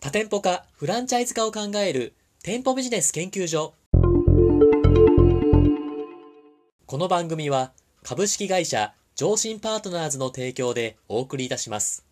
多店舗化、フランチャイズ化を考える店舗ビジネス研究所。この番組は株式会社上信パートナーズの提供でお送りいたします。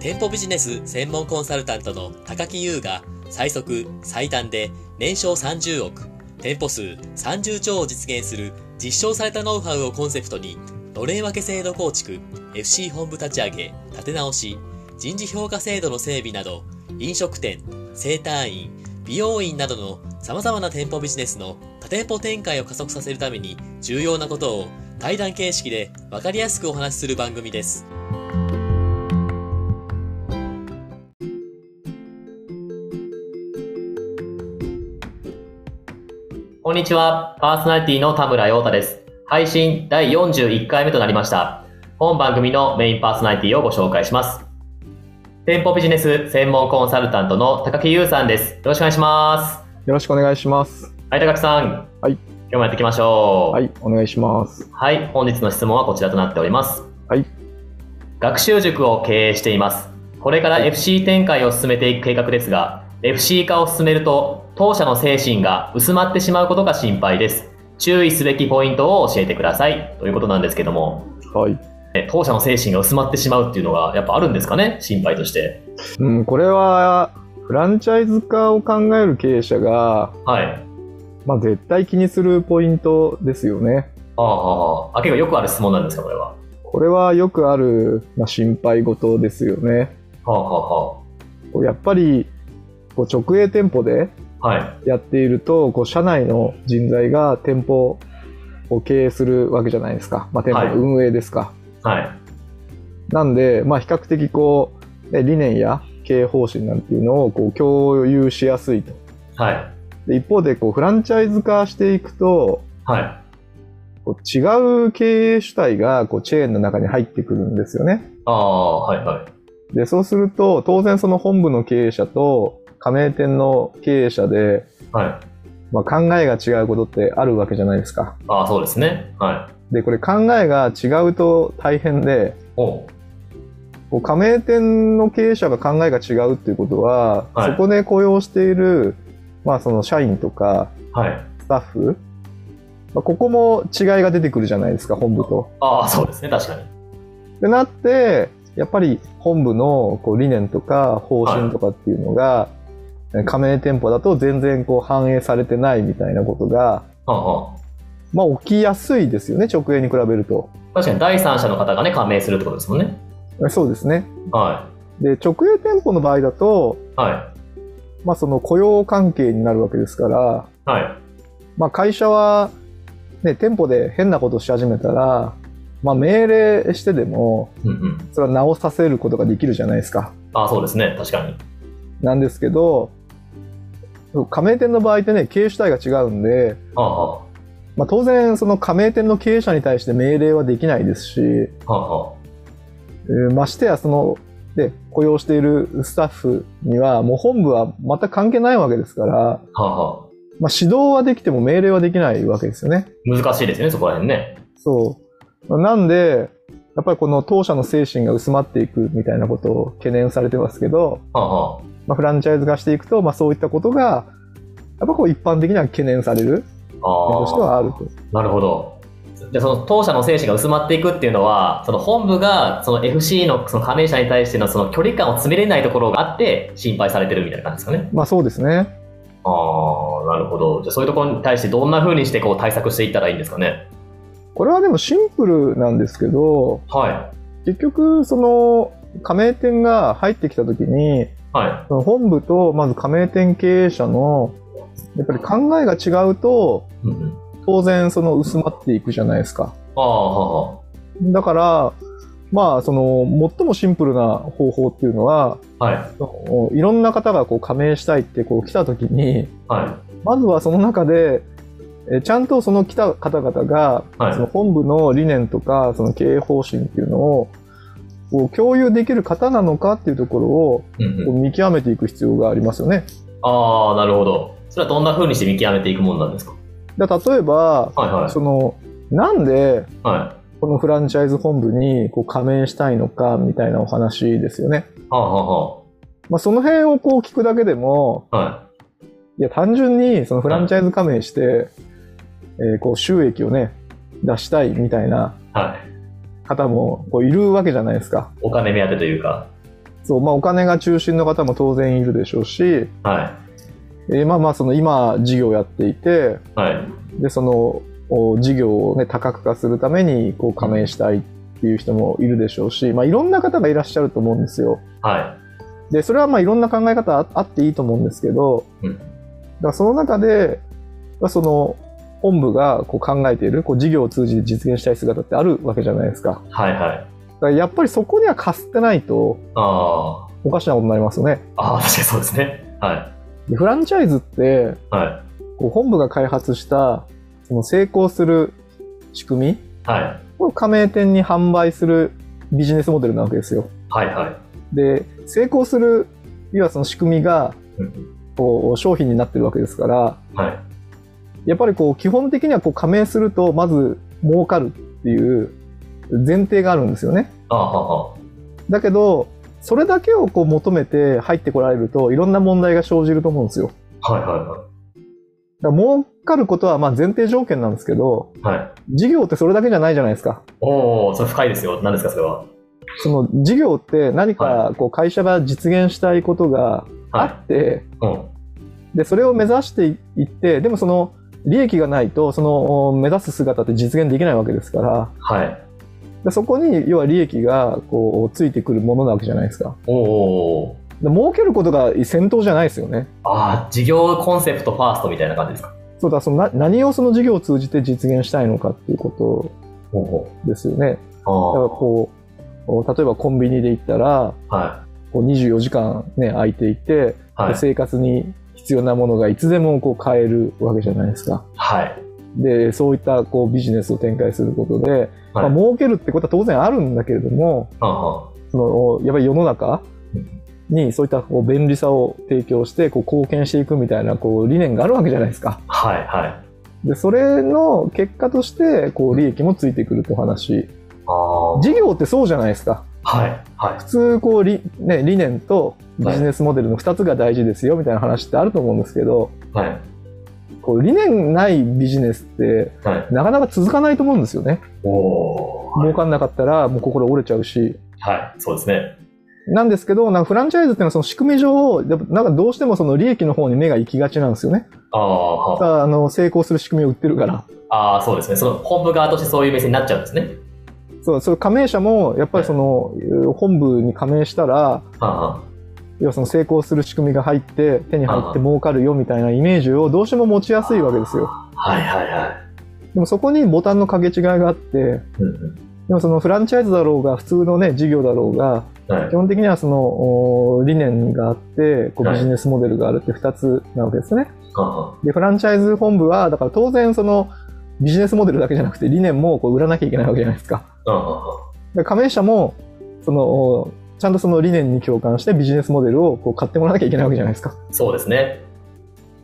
店舗ビジネス専門コンサルタントの高木優が最速最短で年商30億店舗数30兆を実現する実証されたノウハウをコンセプトにのれん分け制度構築 FC 本部立ち上げ立て直し人事評価制度の整備など飲食店整体院美容院などの様々な店舗ビジネスの多店舗展開を加速させるために重要なことを対談形式で分かりやすくお話しする番組です。こんにちは。パーソナリティの田村陽太です。配信第41回目となりました。本番組のメインパーソナリティをご紹介します。店舗ビジネス専門コンサルタントの高木優さんです。よろしくお願いします。よろしくお願いします。はい、高木さん。はい今日もやっていきましょう。はい、お願いします。はい、本日の質問はこちらとなっております。はい。学習塾を経営しています。これからはい FC 展開を進めていく計画ですが、FC 化を進めると、当社の精神が薄まってしまうことが心配です。注意すべきポイントを教えてください。ということなんですけども、はい。え当社の精神が薄まってしまうっていうのがやっぱあるんですかね心配として。うん、これは、フランチャイズ化を考える経営者が、はい。まあ、絶対気にするポイントですよね。ああ、ああ、あ結構よくある質問なんですか、これは。これはよくある、まあ、心配事ですよね。はあ、はこうやっぱり、こう直営店舗であ、はあ。はい。やっていると、こう社内の人材が店舗を経営するわけじゃないですか。まあ、店舗の運営ですか。はい。なんで、まあ、比較的こう、ね理念や経営方針なんていうのをこう共有しやすいと。はい。で一方でこうフランチャイズ化していくとはい。こう違う経営主体がこうチェーンの中に入ってくるんですよね。ああ、はい、はい。でそうすると当然その本部の経営者と加盟店の経営者で、はい。まあ、考えが違うことってあるわけじゃないですか。ああ、そうですね。はい。でこれ考えが違うと大変でおうこう加盟店の経営者が考えが違うっていうことは、はいそこで雇用している、まあ、その社員とかはい。スタッフ、まあ、ここも違いが出てくるじゃないですか本部と。ああ、そうですね、確かに。ってなってやっぱり本部のこう理念とか方針とかっていうのが、加盟店舗だと全然こう反映されてないみたいなことが、はあはまあ、起きやすいですよね直営に比べるとあ、確かに第三者の方がね、加盟するってことですもんね。そうですねはで直営店舗の場合だと、い。はい。まあ、その雇用関係になるわけですから、はい。まあ、会社は、ね、店舗で変なことし始めたら、まあ、命令してでもうんうん。それは直させることができるじゃないですかああ、そうですね、確かに。なんですけど、加盟店の場合ってね、経営主体が違うんで、はあはまあ、当然、その加盟店の経営者に対して命令はできないですし、えあ、はあはーましてや、その、で、雇用しているスタッフには、もう本部は全く関係ないわけですから、あ、はあはあ。まあ、指導はできても命令はできないわけですよね。難しいですね、そこら辺ね。そう。なんで、やっぱりこの当社の精神が薄まっていくみたいなことを懸念されてますけど、はあはまあ、フランチャイズ化していくと、まあ、そういったことが、やっぱこう一般的には懸念されるあ。ああ。としてはあると。なるほど。でその当社の精神が薄まっていくっていうのは、その本部がその FC のその加盟者に対してのその距離感を詰めれないところがあって、心配されてるみたいな感じですかね。まあそうですね。ああ、なるほど。じゃあそういうところに対してどんな風にしてこう対策していったらいいんですかね。これはでもシンプルなんですけど、はい。結局、その、加盟店が入ってきたときに、はい。その本部とまず加盟店経営者の、やっぱり考えが違うと、うんうん当然その薄まっていくじゃないですか。ああ、はだから、まあその、最もシンプルな方法っていうのは、あはい。そのいろんな方がこう加盟したいってこう来たときに、はまずはその中で、えーちゃんとその来た方々が、はいその本部の理念とか、その経営方針っていうのを、こう共有できる方なのかっていうところをい。うんこううん、見極めていく必要がありますよね。ああ、なるほど。それはどんな風にして見極めていくもんなんですかだ例えば、はいはい。その、なんではこのフランチャイズ本部にこう加盟したいのかみたいなお話ですよね。はあ、はまあ、その辺をこう聞くだけでも、あ、はい。や、単純にそのフランチャイズ加盟して、えーこう収益をね、出したいみたいないはい。方もこういるわけじゃないですか。お金目当てというか。そう、まあ、お金が中心の方も当然いるでしょうし、えはーまあまあ、その今、事業やっていて、い。はい。で、その、お事業をね、多角化するために、こう、加盟したいっていう人もいるでしょうし、まあ、いろんな方がいらっしゃると思うんですよ。はで、それはまあ、いろんな考え方ああっていいと思うんですけど、うんだからその中で、まあその、本部がこう考えている、こう、事業を通じて実現したい姿ってあるわけじゃないですか。い。はいはい。だからやっぱりそこにはかすってないと、あおかしなことになりますよね。あ。ああ、確かにそうですね。はい。でフランチャイズって、はこう本部が開発したその成功する仕組みい。はい。を加盟店に販売するビジネスモデルなわけですよ。はいはい。で成功する要はその仕組みがうんこう商品になってるわけですからはい。やっぱりこう基本的にはこう加盟するとまず儲かるっていう前提があるんですよね。ああ、はあ。だけどそれだけをこう求めて入ってこられるといろんな問題が生じると思うんですよ。はいはだから儲かることはまあ前提条件なんですけどいはい。はい。事業ってそれだけじゃないじゃないですか。おお、それ深いですよ。何ですか、それは。その事業って何かこう会社が実現したいことがあはって、い。うん。でそれを目指していってでもその利益がないとそのお目指す姿って実現できないわけですからはい。でそこに要は利益がこうついてくるものなわけじゃないですかおお。で儲けることが先頭じゃないですよねああ、事業コンセプトファーストみたいな感じですか。そうだそのな何をその事業を通じて実現したいのかっていうこおお。とですよねだからあこうお例えばコンビニで行ったらあ。はこう24時間ね空いていてい。はい。生活に必要なものがいつでもこう買えるわけじゃないですか。はい。で、そういったこうビジネスを展開することで、まはあ、い。儲けるってことは当然あるんだけれども、ああ。そのやっぱり世の中にそういったこう便利さを提供してこう貢献していくみたいなこう理念があるわけじゃないですか。はいはい。で、それの結果としてこう利益もついてくるってお話。ああ。事業ってそうじゃないですか。はいはい。普通こう理、ね、理念とビジネスモデルの2つが大事ですよみたいな話ってあると思うんですけど、はい。こう理念ないビジネスってはい。なかなか続かないと思うんですよね。おお。儲かんなかったらもう心折れちゃうし。はい。そうですね。なんですけど、なんかフランチャイズっていうのはその仕組み上、やっぱなんかどうしてもその利益の方に目が行きがちなんですよね。ああ。はいあの成功する仕組みを売ってるから。ああ、そうですね。その本部側としてそういう目線になっちゃうんですね。そう、それ加盟者もやっぱりその本部に加盟したら、あ要はその成功する仕組みが入って手に入っああて儲かるよみたいなイメージをどうしても持ちやすいわけですよ。あ。はいはいはい。でもそこにボタンの掛け違いがあって、うんうん。でもそのフランチャイズだろうが普通のね事業だろうがはい基。本的にはそのお理念があってこうはいビジネスモデルがあるって2つなわけですね。ああ。でフランチャイズ本部はだから当然そのビジネスモデルだけじゃなくて理念もこう売らなきゃいけないわけじゃないですか。ああ。で加盟者もそのおちゃんとその理念に共感してビジネスモデルをこう買ってもらわなきゃいけないわけじゃないですか。そうですね。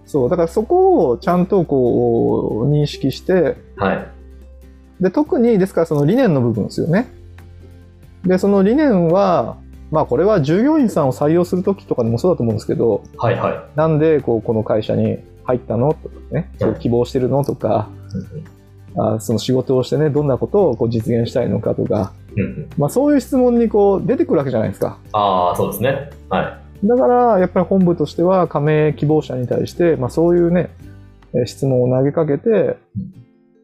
そうだからそこをちゃんとこう認識してはい。で特にですからその理念の部分ですよね。でその理念はまあこれは従業員さんを採用するときとかでもそうだと思うんですけどはいはなんでこうこの会社に入ったのとかねそう希望してるのとかい。うんあその仕事をしてねどんなことをこう実現したいのかとか、うん。うんうん。まあ、そういう質問にこう出てくるわけじゃないですか。ああ、そうですね。はい。だからやっぱり本部としては加盟希望者に対して、まあ、そういうねえー質問を投げかけて、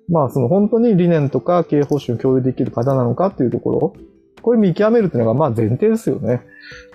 まあ、その本当に理念とか経営方針を共有できる方なのかっていうところこれ見極めるっていうのがまあ前提ですよね。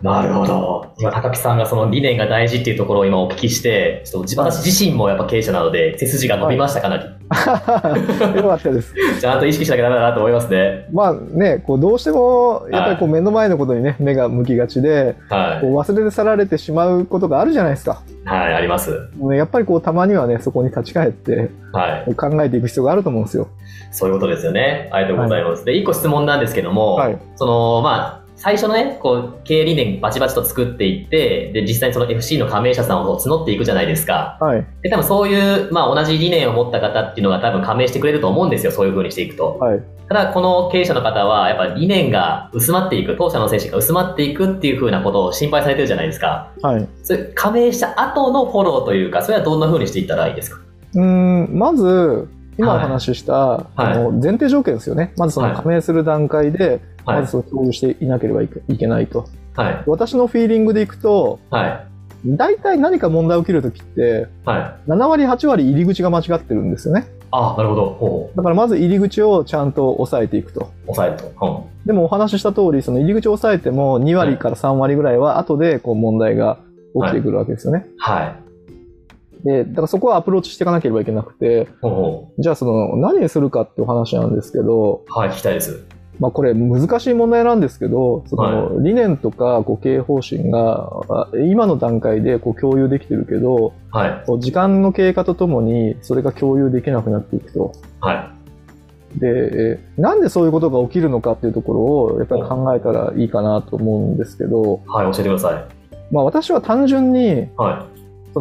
なるほど。今、高木さんがその理念が大事っていうところを今お聞きして、ちょっと自私自身もやっぱ経営者なので、背筋が伸びましたかなり。よかったです。ちゃんと意識しなきゃダメだなと思いますね。まあね、こうどうしてもやっぱりこう目の前のことにね目が向きがちではこう忘れ去られてしまうことがあるじゃないですか。い。はい、あります。ねやっぱりこうたまにはねそこに立ち返ってはい。考えていく必要があると思うんですよ。そういうことですよね。ありがとうございます。で、一個質問なんですけども、はいその、まあ、最初のね、こう、経営理念バチバチと作っていって、で、実際にその FC の加盟者さんを募っていくじゃないですか。はい。で、多分そういう、まあ同じ理念を持った方っていうのが多分加盟してくれると思うんですよ。そういう風にしていくと。はい。ただ、この経営者の方は、やっぱ理念が薄まっていく、当社の精神が薄まっていくっていう風なことを心配されてるじゃないですか。はい。それ、加盟した後のフォローというか、それはどんな風にしていったらいいですかうーん、まず、今お話しした、あの前提条件ですよね。まずそはのい加盟する段階で、はいまず。その共有していなければいけいけないと。はい。私のフィーリングでいくと、はい。大体何か問題起きるときって、はい。 7割、8割入り口が間違ってるんですよね。ああ、なるほど。ほだからまず入り口をちゃんと押さえていくと。う。抑えると。うん。でもお話しした通り、その入り口を押さえても2割から3割ぐらいは後でこう問題が起きてくるわけですよね。はい。で、だからそこはアプローチしていかなければいけなくて、ほうほじゃあその何するかってお話なんですけど、う。はい、聞きたいです。まあこれ難しい問題なんですけど、そはの理念とかこう経営方針があ今の段階でこう共有できてるけど、はい。こう時間の経過とともにそれが共有できなくなっていくと。はで、えーなんでそういうことが起きるのかっていうところをやっぱり考えたらいいかなと思うんですけど、い。はい、教えてください。まあ、私は単純にはそ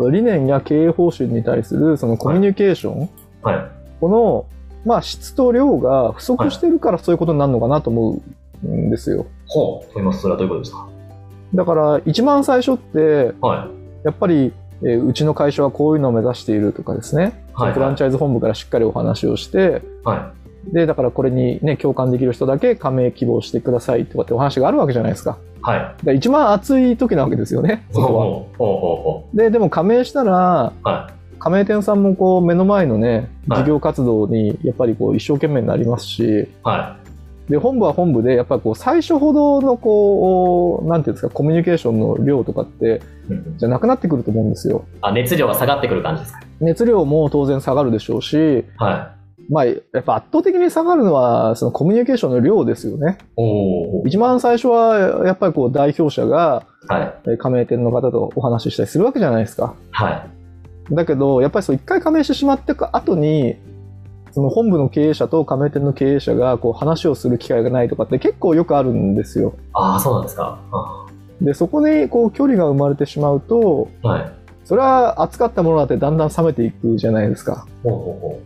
の理念や経営方針に対するそのコミュニケーション、い。はい。この、まあ、質と量が不足してるからそういうことになるのかなと思うんですよ。ほう。と言います。それはどういうことですかだから一番最初ってはい。やっぱり、えーうちの会社はこういうのを目指しているとかですね、はい。フランチャイズ本部からしっかりお話をして、はで、だからこれにね、共感できる人だけ加盟希望してくださいとかってお話があるわけじゃないですか。い。はい。だから一番熱い時なわけです よね、そほうこは。ほう。ほうほで、でも加盟したら、うほう。はい。加盟店さんもこう目の前のね、はい事業活動にやっぱりこう一生懸命になりますし、はで、本部は本部で、やっぱりこう最初ほどのこう、なんていうんですか、コミュニケーションの量とかって、いうん。じゃなくなってくると思うんですよ。あ、熱量が下がってくる感じですか熱量も当然下がるでしょうし、はまあ、やっぱ圧倒的に下がるのは、そのコミュニケーションの量ですよね。い。おお。一番最初はやっぱりこう代表者がはい。えー加盟店の方とお話ししたりするわけじゃないですか。はい。だけど、やっぱりそう一回加盟してしまってか後に、その本部の経営者と加盟店の経営者がこう話をする機会がないとかって結構よくあるんですよ。ああ、そうなんですか。あで、そこにこう距離が生まれてしまうと、ーはい。それは扱ったものだってだんだん冷めていくじゃないですか。ほうほうほ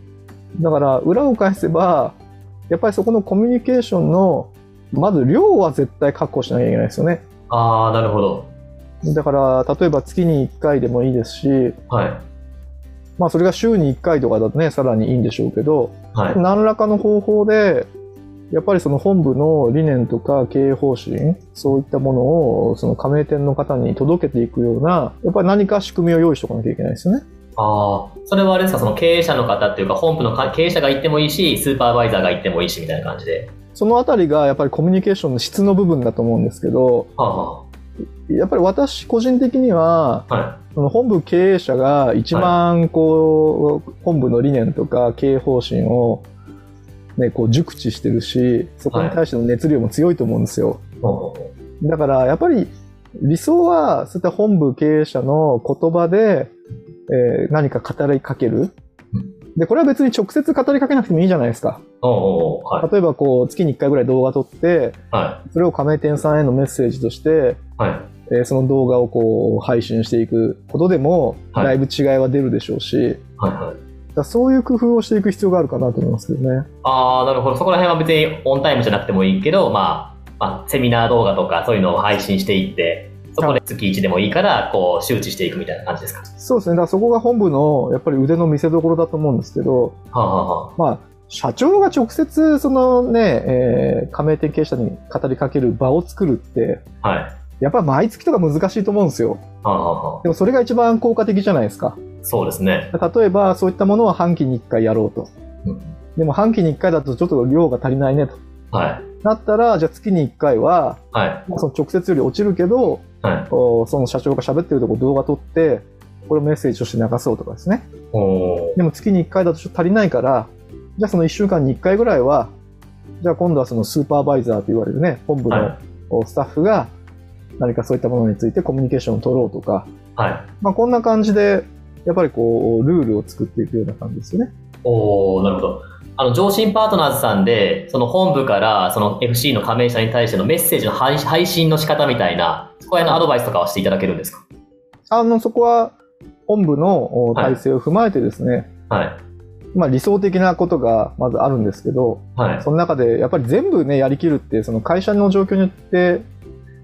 だから裏を返せば、やっぱりそこのコミュニケーションの、まず量は絶対確保しなきゃいけないですよね。う。ああ、なるほど。だから、例えば月に1回でもいいですし、はい。まあそれが週に1回とかだとね、さらにいいんでしょうけど、はい。何らかの方法で、やっぱりその本部の理念とか経営方針、そういったものをその加盟店の方に届けていくような、やっぱり何か仕組みを用意しておかなきゃいけないですよね。ああ。それはあれですか、その経営者の方っていうか、本部のか経営者が行ってもいいし、スーパーバイザーが行ってもいいし、みたいな感じで。そのあたりがやっぱりコミュニケーションの質の部分だと思うんですけど、はあ、はやっぱり私個人的には、あ。はその本部経営者が一番こう、本部の理念とか経営方針をね、こう熟知してるし、そこに対しての熱量も強いと思うんですよ。い。ほうほうほだからやっぱり理想はそういった本部経営者の言葉で、えー何か語りかけるう。で、これは別に直接語りかけなくてもいいじゃないですう。か。ほうほうほう。はい。例えばこう月に1回ぐらい動画撮って、はそれを加盟店さんへのメッセージとして、い。はい。えーその動画をこう配信していくことでも、はいだいぶ違いは出るでしょうし、はい。はい。だからそういう工夫をしていく必要があるかなと思いますけどね。ああ、なるほど。そこら辺は別にオンタイムじゃなくてもいいけど、まあ、まあ、セミナー動画とかそういうのを配信していって、そこで月1でもいいから、こう、周知していくみたいな感じですか。そうですね。だからそこが本部のやっぱり腕の見せ所だと思うんですけど、はあ、はあはまあ、社長が直接そのね、えー加盟店経営者に語りかける場を作るって、あ、はい。はやっぱり毎月とか難しいと思うんですよ。あ、はあはあ、でもそれが一番効果的じゃないですか。そうですね。例えばそういったものは半期に1回やろうと。うんでも半期に1回だとちょっと量が足りないねと。はい。なったら、じゃあ月に1回は、はい。その直接より落ちるけど、はい。おその社長が喋ってるとこ動画撮って、これをメッセージとして流そうとかですね。おおでも月に1回だとちょっと足りないから、じゃあその1週間に1回ぐらいは、じゃあ今度はそのスーパーバイザーと言われるね、本部はいのおスタッフが何かそういったものについてコミュニケーションを取ろうとか、はい。まあこんな感じで、やっぱりこう、ルールを作っていくような感じですよね。おおなるほど。あの、上信パートナーズさんで、その本部から、その FC の加盟者に対してのメッセージの配配信の仕方みたいな、そこへのアドバイスとかはしていただけるんですかあの、そこは、本部のおはい体制を踏まえてですね、はい。まあ理想的なことがまずあるんですけど、はい。その中でやっぱり全部ね、やりきるって、その会社の状況によって、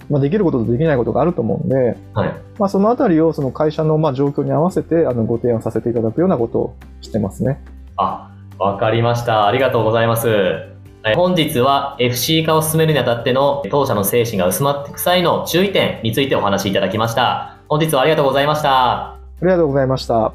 まあ、できることとできないことがあると思うんで、はい。まあ、そのあたりをその会社のまあ状況に合わせてあのご提案させていただくようなことをしてますね。あ、わかりました。ありがとうございます。えー本日は FC 化を進めるにあたっての当社の精神が薄まっていく際の注意点についてお話しいただきました。本日はありがとうございました。ありがとうございました。